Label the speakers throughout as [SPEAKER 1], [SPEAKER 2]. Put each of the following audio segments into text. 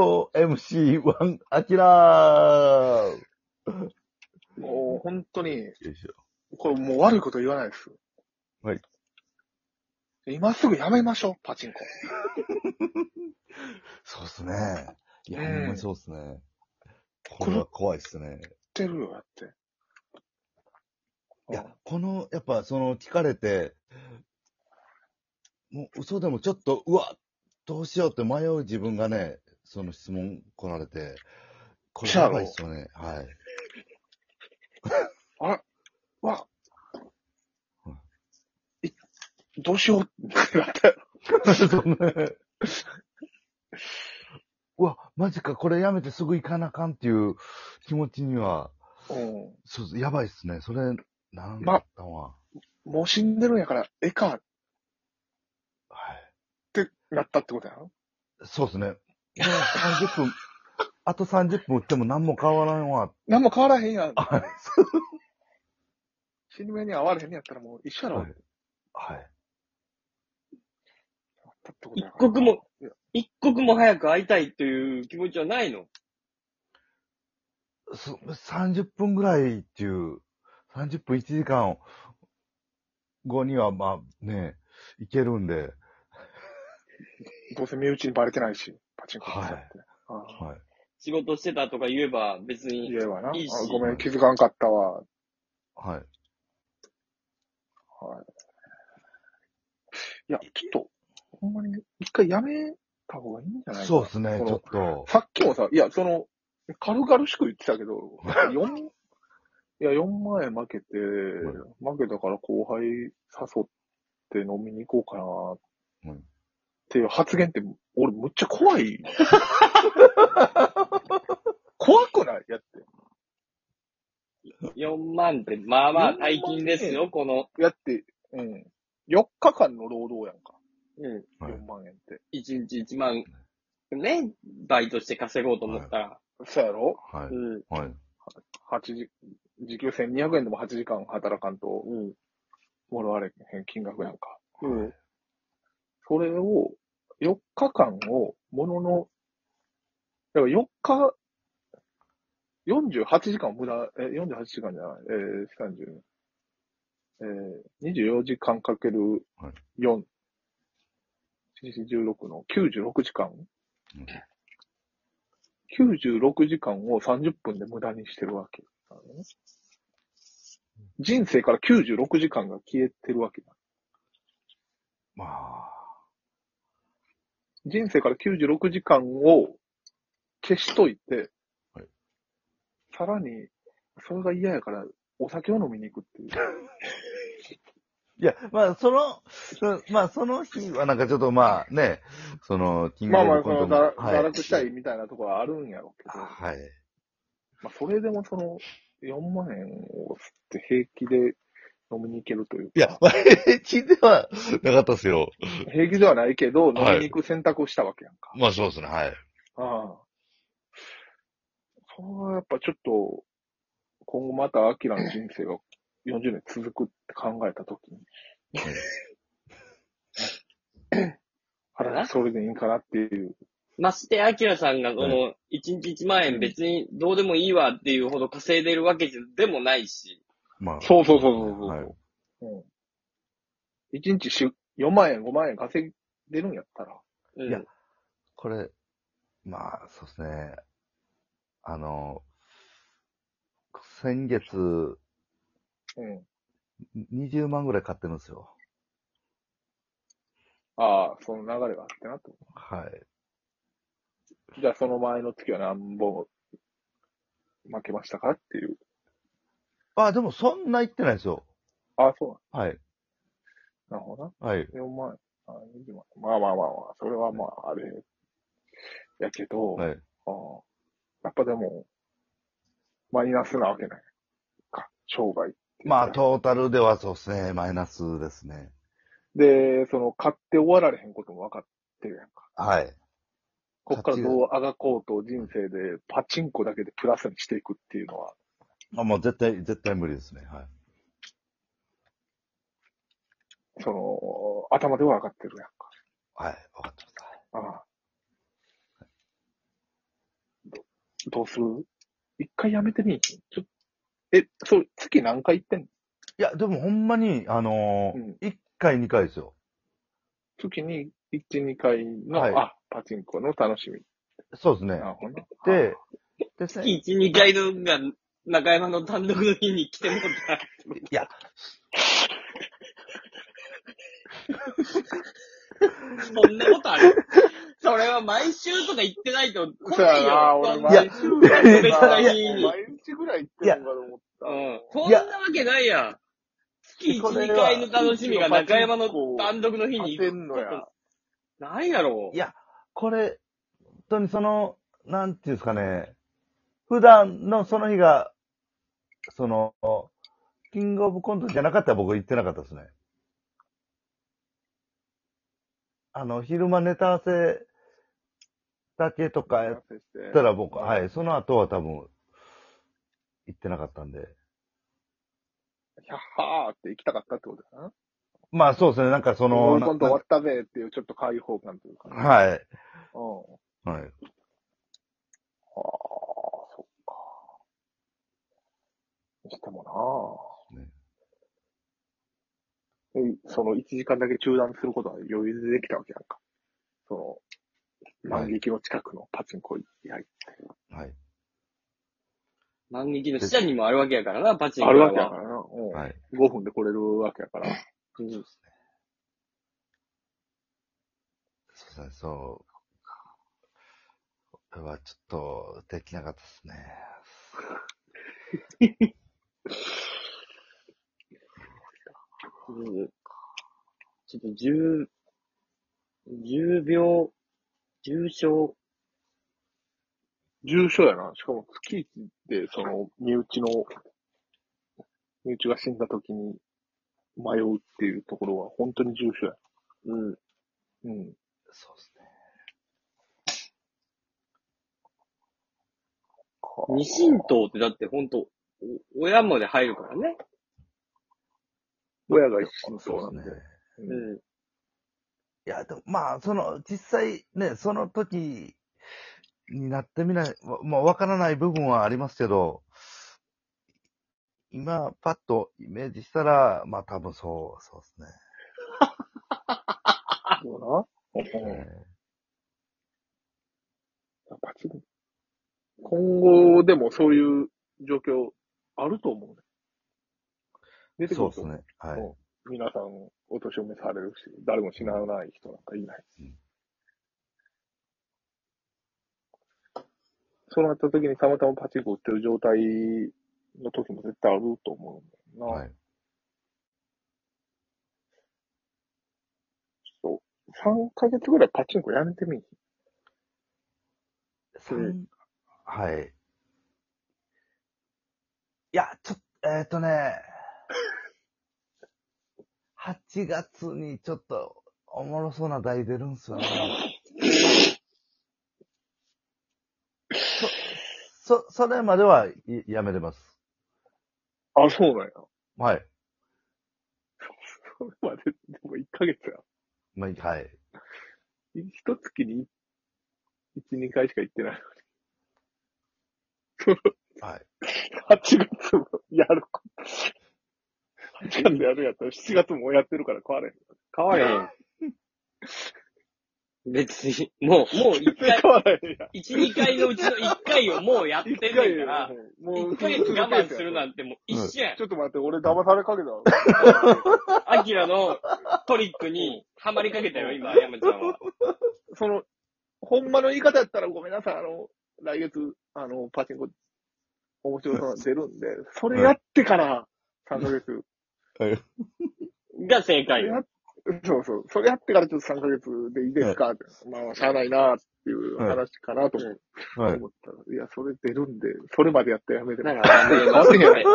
[SPEAKER 1] 4MC1 アキラー
[SPEAKER 2] もう本当に、
[SPEAKER 1] よいしょ。
[SPEAKER 2] これもう悪いこと言わないです。
[SPEAKER 1] はい。
[SPEAKER 2] 今すぐやめましょう、パチンコ。
[SPEAKER 1] そうっすね。いや、
[SPEAKER 2] う
[SPEAKER 1] ほ
[SPEAKER 2] ん
[SPEAKER 1] んまにそうっすね。これは怖いっすね。
[SPEAKER 2] 言ってるよ、だって。
[SPEAKER 1] いや、この、やっぱその、聞かれて、もう嘘でもちょっと、うわ、どうしようって迷う自分がね、その質問来られて、これ
[SPEAKER 2] シャ
[SPEAKER 1] や
[SPEAKER 2] アロ
[SPEAKER 1] ばいっすよね。はい。
[SPEAKER 2] うわ
[SPEAKER 1] うん。
[SPEAKER 2] いどうしようってなって。
[SPEAKER 1] そうね。 うわ、マジか、これやめてすぐ行かなあかんっていう気持ちには、
[SPEAKER 2] うん。
[SPEAKER 1] そうそう、やばいっすね。それ、なん
[SPEAKER 2] ま
[SPEAKER 1] だったわ。
[SPEAKER 2] もう死んでるんやから、ええかっ
[SPEAKER 1] はい。
[SPEAKER 2] てなったってことやろ
[SPEAKER 1] そうですね。もう30分、 あと30分打っても何も変わらんわ。
[SPEAKER 2] 何も変わらへんやん。
[SPEAKER 1] はい。
[SPEAKER 2] 死ぬ目に遭われへんやったらもう一緒やろ。
[SPEAKER 1] は。
[SPEAKER 2] ない
[SPEAKER 1] はい。
[SPEAKER 2] ったってことやから
[SPEAKER 3] 一刻も
[SPEAKER 2] いや
[SPEAKER 3] 一刻も早く会いたいという気持ちはないの
[SPEAKER 1] そ30分ぐらいっていう、30分1時間後には、まあね、いけるんで、
[SPEAKER 2] どうせ身内にバレてないし、パチンコの店って。ああ
[SPEAKER 1] はい。
[SPEAKER 3] 仕事してたとか言えば別に。
[SPEAKER 2] 言えばな。あ
[SPEAKER 3] いいし
[SPEAKER 2] ごめん、気づかんかったわ。
[SPEAKER 1] はい。
[SPEAKER 2] いや、ちょっと、ほんまに一回やめた方がいいんじゃないかな
[SPEAKER 1] そうですね、ち
[SPEAKER 2] この
[SPEAKER 1] ょっと。
[SPEAKER 2] さっきもさ、いや、その、軽々しく言ってた けど、4、いや、4万円負けて、負けたから後輩誘って飲みに行こうかな、
[SPEAKER 1] うん
[SPEAKER 2] っていう発言って、俺むっちゃ 怖い。怖くないやって。
[SPEAKER 3] 4万って、まあまあ大金ですよ、この。
[SPEAKER 2] やって、うん。4日間の労働やんか、
[SPEAKER 3] うん。
[SPEAKER 1] はい
[SPEAKER 2] 4万円って。
[SPEAKER 3] 1日1万、ね、バイトして稼ごうと思ったら。
[SPEAKER 2] そうやろ
[SPEAKER 1] は
[SPEAKER 3] う
[SPEAKER 1] い。
[SPEAKER 3] ん。
[SPEAKER 1] はい。
[SPEAKER 2] 八時、時給1200円でも8時間働かんと、
[SPEAKER 3] うん。
[SPEAKER 2] もらわれへん金額やんか。
[SPEAKER 3] うん。
[SPEAKER 2] それを、4日間を、ものの、だから4日、48時間を無駄、え、48時間じゃない、えー、30、えー、24時間かける
[SPEAKER 1] はい
[SPEAKER 2] 4、16の96時間、
[SPEAKER 1] うん
[SPEAKER 2] 96時間を30分で無駄にしてるわけだよね。人生から96時間が消えてるわけだ。
[SPEAKER 1] まあ、
[SPEAKER 2] 人生から96時間を消しといて、
[SPEAKER 1] はい
[SPEAKER 2] さらに、それが嫌やから、お酒を飲みに行くっていう。
[SPEAKER 1] いや、まあ、その、そまあ、その日はなんかちょっとまあね、その、キング
[SPEAKER 2] まあ
[SPEAKER 1] オ
[SPEAKER 2] ま
[SPEAKER 1] ブ
[SPEAKER 2] あ、そ
[SPEAKER 1] コント
[SPEAKER 2] の、
[SPEAKER 1] も
[SPEAKER 2] だ堕落した
[SPEAKER 1] はい
[SPEAKER 2] いみたいなところはあるんやろうけど、
[SPEAKER 1] はい。
[SPEAKER 2] まあ、それでもその、4万円を吸って平気で飲みに行けるというか
[SPEAKER 1] いや、、まあ、平地ではなかったっすよ。
[SPEAKER 2] 平気ではないけど、飲み
[SPEAKER 1] はい
[SPEAKER 2] に行く選択をしたわけやんか。
[SPEAKER 1] まあ、そうですね、はい。
[SPEAKER 2] ああ。それはやっぱちょっと、今後またアキラの人生が40年続くって考えたときに
[SPEAKER 1] はい、
[SPEAKER 2] あら、それでいいんかなっていう。
[SPEAKER 3] まして、アキラさんがこの、1日1万円別にどうでもいいわっていうほど稼いでるわけでもないし。
[SPEAKER 1] まあ。
[SPEAKER 2] そうそうそうそうそう
[SPEAKER 1] はい。
[SPEAKER 2] うん。1日し4万円、5万円稼いでるんやったら、
[SPEAKER 3] うん。
[SPEAKER 1] いやこれ、まあ、そうですね。あの、先月、
[SPEAKER 2] うん。
[SPEAKER 1] 20万ぐらい買ってるんですよ。
[SPEAKER 2] ああ、その流れがあってなと。
[SPEAKER 1] はい。
[SPEAKER 2] じゃあその前の月は何本負けましたかっていう。
[SPEAKER 1] あ、でもそんな言ってないですよ。
[SPEAKER 2] ああ、そう
[SPEAKER 1] はい。
[SPEAKER 2] なんなるほどな。
[SPEAKER 1] はい。
[SPEAKER 2] 4万円。あ20万まあまあまあまあ、それはまあ、あれ。やけど、
[SPEAKER 1] はい。
[SPEAKER 2] ああやっぱでも、マイナスなわけない。か、生涯。
[SPEAKER 1] まあ、トータルではそうですね。マイナスですね。
[SPEAKER 2] で、その、買って終わられへんことも分かってるやんか。
[SPEAKER 1] はい。
[SPEAKER 2] こっからどうあがこうと人生でパチンコだけでプラスにしていくっていうのは、
[SPEAKER 1] まあ、もう絶対、絶対無理ですね。はい。
[SPEAKER 2] その、頭では分かってるやんか。
[SPEAKER 1] はい。わかってます。
[SPEAKER 2] ああ。どうする一回やめてみいちょえ、それ、月何回行ってんの
[SPEAKER 1] いや、でもほんまに、あの
[SPEAKER 2] うん
[SPEAKER 1] ー、1回2回ですよ。
[SPEAKER 2] 月に1、2回の、
[SPEAKER 1] はい
[SPEAKER 2] あ、パチンコの楽しみ。
[SPEAKER 1] そうですね
[SPEAKER 2] な。るほどね。
[SPEAKER 1] で、でせい
[SPEAKER 3] 月1、2回のが中山の単独の日に来てもらった。
[SPEAKER 1] や、
[SPEAKER 3] そんなことあるそれは毎週とか言ってないと来ない
[SPEAKER 2] そうやな
[SPEAKER 3] よ。
[SPEAKER 2] 俺
[SPEAKER 3] そん
[SPEAKER 1] いや
[SPEAKER 3] な
[SPEAKER 2] 毎週ぐ
[SPEAKER 1] いや
[SPEAKER 2] らいまあ
[SPEAKER 1] いや
[SPEAKER 2] 毎日ぐらい行ってるのかと思った。
[SPEAKER 3] うん。そんなわけないやん。月1、
[SPEAKER 1] これ
[SPEAKER 3] 2
[SPEAKER 1] は
[SPEAKER 3] 回の楽しみが中山の単独の日に
[SPEAKER 2] 当てんのや。
[SPEAKER 3] ないやろ
[SPEAKER 1] い。や、これ、本当にその、なんていうんですかね、普段のその日が、その、キングオブコントじゃなかったら僕行ってなかったですね。あの、昼間ネタ合わせだけとかやっ
[SPEAKER 2] った
[SPEAKER 1] ら僕、はい、その後は多分、行ってなかったんで。
[SPEAKER 2] やっはーって行きたかったってことだな。
[SPEAKER 1] まあそうですね、なんかその、
[SPEAKER 2] もう今度終
[SPEAKER 1] な
[SPEAKER 2] わったぜっていうちょっと開放感というかね。い。
[SPEAKER 1] はい、
[SPEAKER 2] うん。
[SPEAKER 1] はい。
[SPEAKER 2] ああ、そっか。にしてもなぁ。えその1時間だけ中断することは余裕でできたわけやんか。その、
[SPEAKER 1] はい
[SPEAKER 2] 万劇の近くのパチンコ行って入って。
[SPEAKER 1] はい。
[SPEAKER 3] 万劇の下にもあるわけやからな、パチンコ
[SPEAKER 2] あ
[SPEAKER 3] 屋
[SPEAKER 2] るわ
[SPEAKER 3] は。
[SPEAKER 2] けやからな。うん。
[SPEAKER 1] はい。
[SPEAKER 2] 5分で来れるわけやから。
[SPEAKER 3] うん
[SPEAKER 1] そうですね、そう。これはちょっと、できなかったですね。
[SPEAKER 3] ちょっと10、10秒、重症。
[SPEAKER 2] 重症やな。しかも月一で、その、身内の、身内が死んだ時に迷うっていうところは本当に重症や。
[SPEAKER 3] う
[SPEAKER 2] う
[SPEAKER 3] ん。
[SPEAKER 2] ん。
[SPEAKER 1] そうですね。
[SPEAKER 3] 二神道ってだってほんと、お親まで入るからね。
[SPEAKER 2] 親が一心そうなんで。
[SPEAKER 1] ね。
[SPEAKER 2] う
[SPEAKER 3] うんん。
[SPEAKER 1] いや、でもまあ、その、実際ね、その時になってみない、わまあ、わからない部分はありますけど、今、パッとイメージしたら、まあ多分そう、そうですね。
[SPEAKER 2] そうな。うん
[SPEAKER 1] え
[SPEAKER 2] やっぱちょっと今後でもそういう状況あると思うね。出
[SPEAKER 1] え
[SPEAKER 2] てく
[SPEAKER 1] そうで
[SPEAKER 2] る
[SPEAKER 1] す
[SPEAKER 2] と、
[SPEAKER 1] ね。は
[SPEAKER 2] うん
[SPEAKER 1] い。
[SPEAKER 2] 皆さんお年を召されるし、誰も死なない人なんかいないし。
[SPEAKER 1] うん
[SPEAKER 2] そうなった時にたまたまパチンコ打ってる状態の時も絶対あると思うんだよな。
[SPEAKER 1] はい。
[SPEAKER 2] 3ヶ月ぐらいパチンコやめてみい
[SPEAKER 1] さんはい。いや、ちょっと、えっ、とね、8月にちょっと、おもろそうな題出るんすよね。そ、そ、それまではいやめれます。
[SPEAKER 2] あ、そうなんや。
[SPEAKER 1] はい。
[SPEAKER 2] それまで、でも1ヶ月や。
[SPEAKER 1] まあ、はい。
[SPEAKER 2] 一月に一、二回しか行ってないのに。
[SPEAKER 1] はい。
[SPEAKER 2] 8月もやるこ8月やるやったら7月もやってるから変われへん。
[SPEAKER 3] 変われへん。別に、もう、もう一
[SPEAKER 2] 絶対
[SPEAKER 3] 回、
[SPEAKER 2] 変わらへんやん。
[SPEAKER 3] 一、二回のうちの一回をもうやってんねんか
[SPEAKER 2] や
[SPEAKER 3] ら、
[SPEAKER 2] んも
[SPEAKER 3] 一ヶ月我慢するな
[SPEAKER 2] て。
[SPEAKER 3] んてもう一緒やん
[SPEAKER 2] ち。ょっと待って、俺騙されかけたわ。
[SPEAKER 3] アキラのトリックにハマりかけたよ、今、山ちゃんは。
[SPEAKER 2] その、ほんまの言い方やったらごめんなさい、あの、来月、あの、パチンコ、面白そうなの出るんで、それやってから、3ヶ月。
[SPEAKER 3] が正
[SPEAKER 2] そ
[SPEAKER 3] 解
[SPEAKER 2] れ
[SPEAKER 3] よ。
[SPEAKER 2] やっそうそう。それやってからちょっと3ヶ月でいいですか、ってまあ、しゃあないなっていう話かなと思う
[SPEAKER 1] はい。
[SPEAKER 2] 思ったら、いや、それ出るんで、それまでやってやめて
[SPEAKER 3] だ
[SPEAKER 2] も
[SPEAKER 3] から、
[SPEAKER 2] 変わってへんやろ。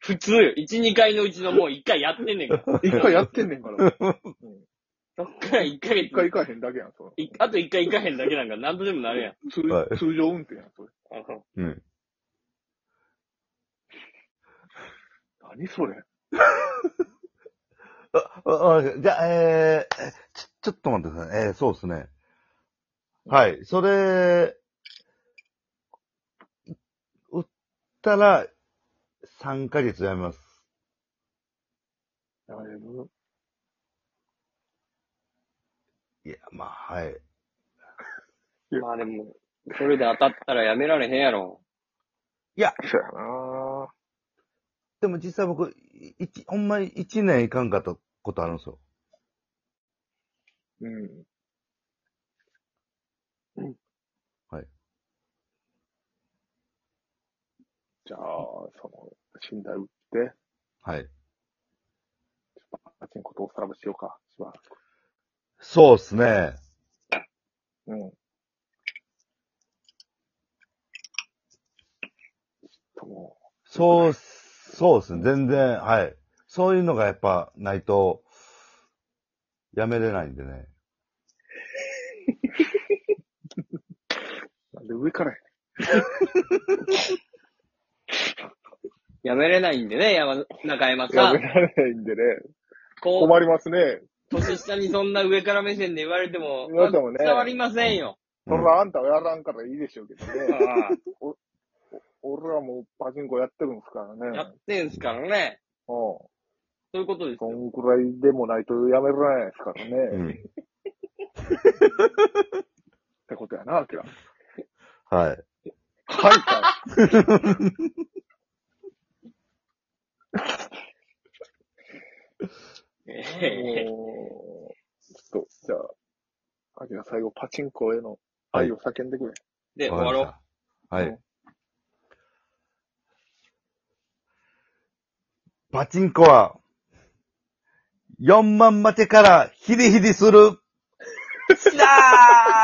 [SPEAKER 3] 普通よ。1、2回のうちのもう1回やってんねんから。
[SPEAKER 2] 一回やってんねんから。
[SPEAKER 3] そっから1ヶ
[SPEAKER 2] 一回
[SPEAKER 3] 月。
[SPEAKER 2] 行かへんだけやん、その。
[SPEAKER 3] いあと1回行かへんだけなんか何とでもなるやん。
[SPEAKER 2] 通
[SPEAKER 1] はい
[SPEAKER 2] 通常運転やん、それ。
[SPEAKER 3] あの
[SPEAKER 1] うん。
[SPEAKER 2] 何それ
[SPEAKER 1] あああじゃあ、えー、ちょ、ちょっと待ってください。えー、そうですね。はい。それ、たら、3ヶ月やめます。
[SPEAKER 2] やれる
[SPEAKER 1] いや、まあ、はい。
[SPEAKER 3] まあでも、それで当たったらやめられへんやろ。
[SPEAKER 2] そうやな
[SPEAKER 1] でも実際僕、い一ほんまに1年いかんかったことあるんですよ。
[SPEAKER 2] うん。うん。
[SPEAKER 1] はい。
[SPEAKER 2] じゃあ、その、信頼打って、
[SPEAKER 1] はい。
[SPEAKER 2] パチンコとおさらばしようか、しばらく。
[SPEAKER 1] そうっすね。
[SPEAKER 2] うん。とも
[SPEAKER 1] そうっす、そうっすね。全然、はい。そういうのがやっぱないと、やめれないんでね。
[SPEAKER 2] う、なんで上からや
[SPEAKER 3] やめれないんでね、山、中山
[SPEAKER 2] や
[SPEAKER 3] さ
[SPEAKER 2] め
[SPEAKER 3] ん。
[SPEAKER 2] られないんでね、
[SPEAKER 3] こ
[SPEAKER 2] 困りますね。
[SPEAKER 3] う、年下にそんな上から目線で言われても、
[SPEAKER 2] 言われてもね
[SPEAKER 3] 伝わりませんよ。
[SPEAKER 2] そ
[SPEAKER 1] うん
[SPEAKER 2] らあんたはやらんからいいでしょうけど
[SPEAKER 3] あ
[SPEAKER 2] ね。俺らもパチンコやってるんですから
[SPEAKER 3] あ
[SPEAKER 2] ね。
[SPEAKER 3] やってんすからね。
[SPEAKER 2] うん。
[SPEAKER 3] そういうことです
[SPEAKER 2] そ
[SPEAKER 3] よ。
[SPEAKER 2] んくらいでもないとやめられないですからね。
[SPEAKER 1] う
[SPEAKER 2] っ
[SPEAKER 1] ん。
[SPEAKER 2] てことやな、アキラ。
[SPEAKER 1] はい。
[SPEAKER 2] はいか。
[SPEAKER 3] え
[SPEAKER 2] もう、ちょっと、じゃあ、アキラ最後、パチンコへの愛を叫んでくれ。
[SPEAKER 3] ー で、終
[SPEAKER 1] わか
[SPEAKER 3] わ
[SPEAKER 1] り
[SPEAKER 3] ろ
[SPEAKER 1] ま
[SPEAKER 3] う。
[SPEAKER 1] したは
[SPEAKER 2] う
[SPEAKER 1] い
[SPEAKER 2] ん。
[SPEAKER 1] パチンコは、4万負けからヒリヒリする。
[SPEAKER 3] 好きだー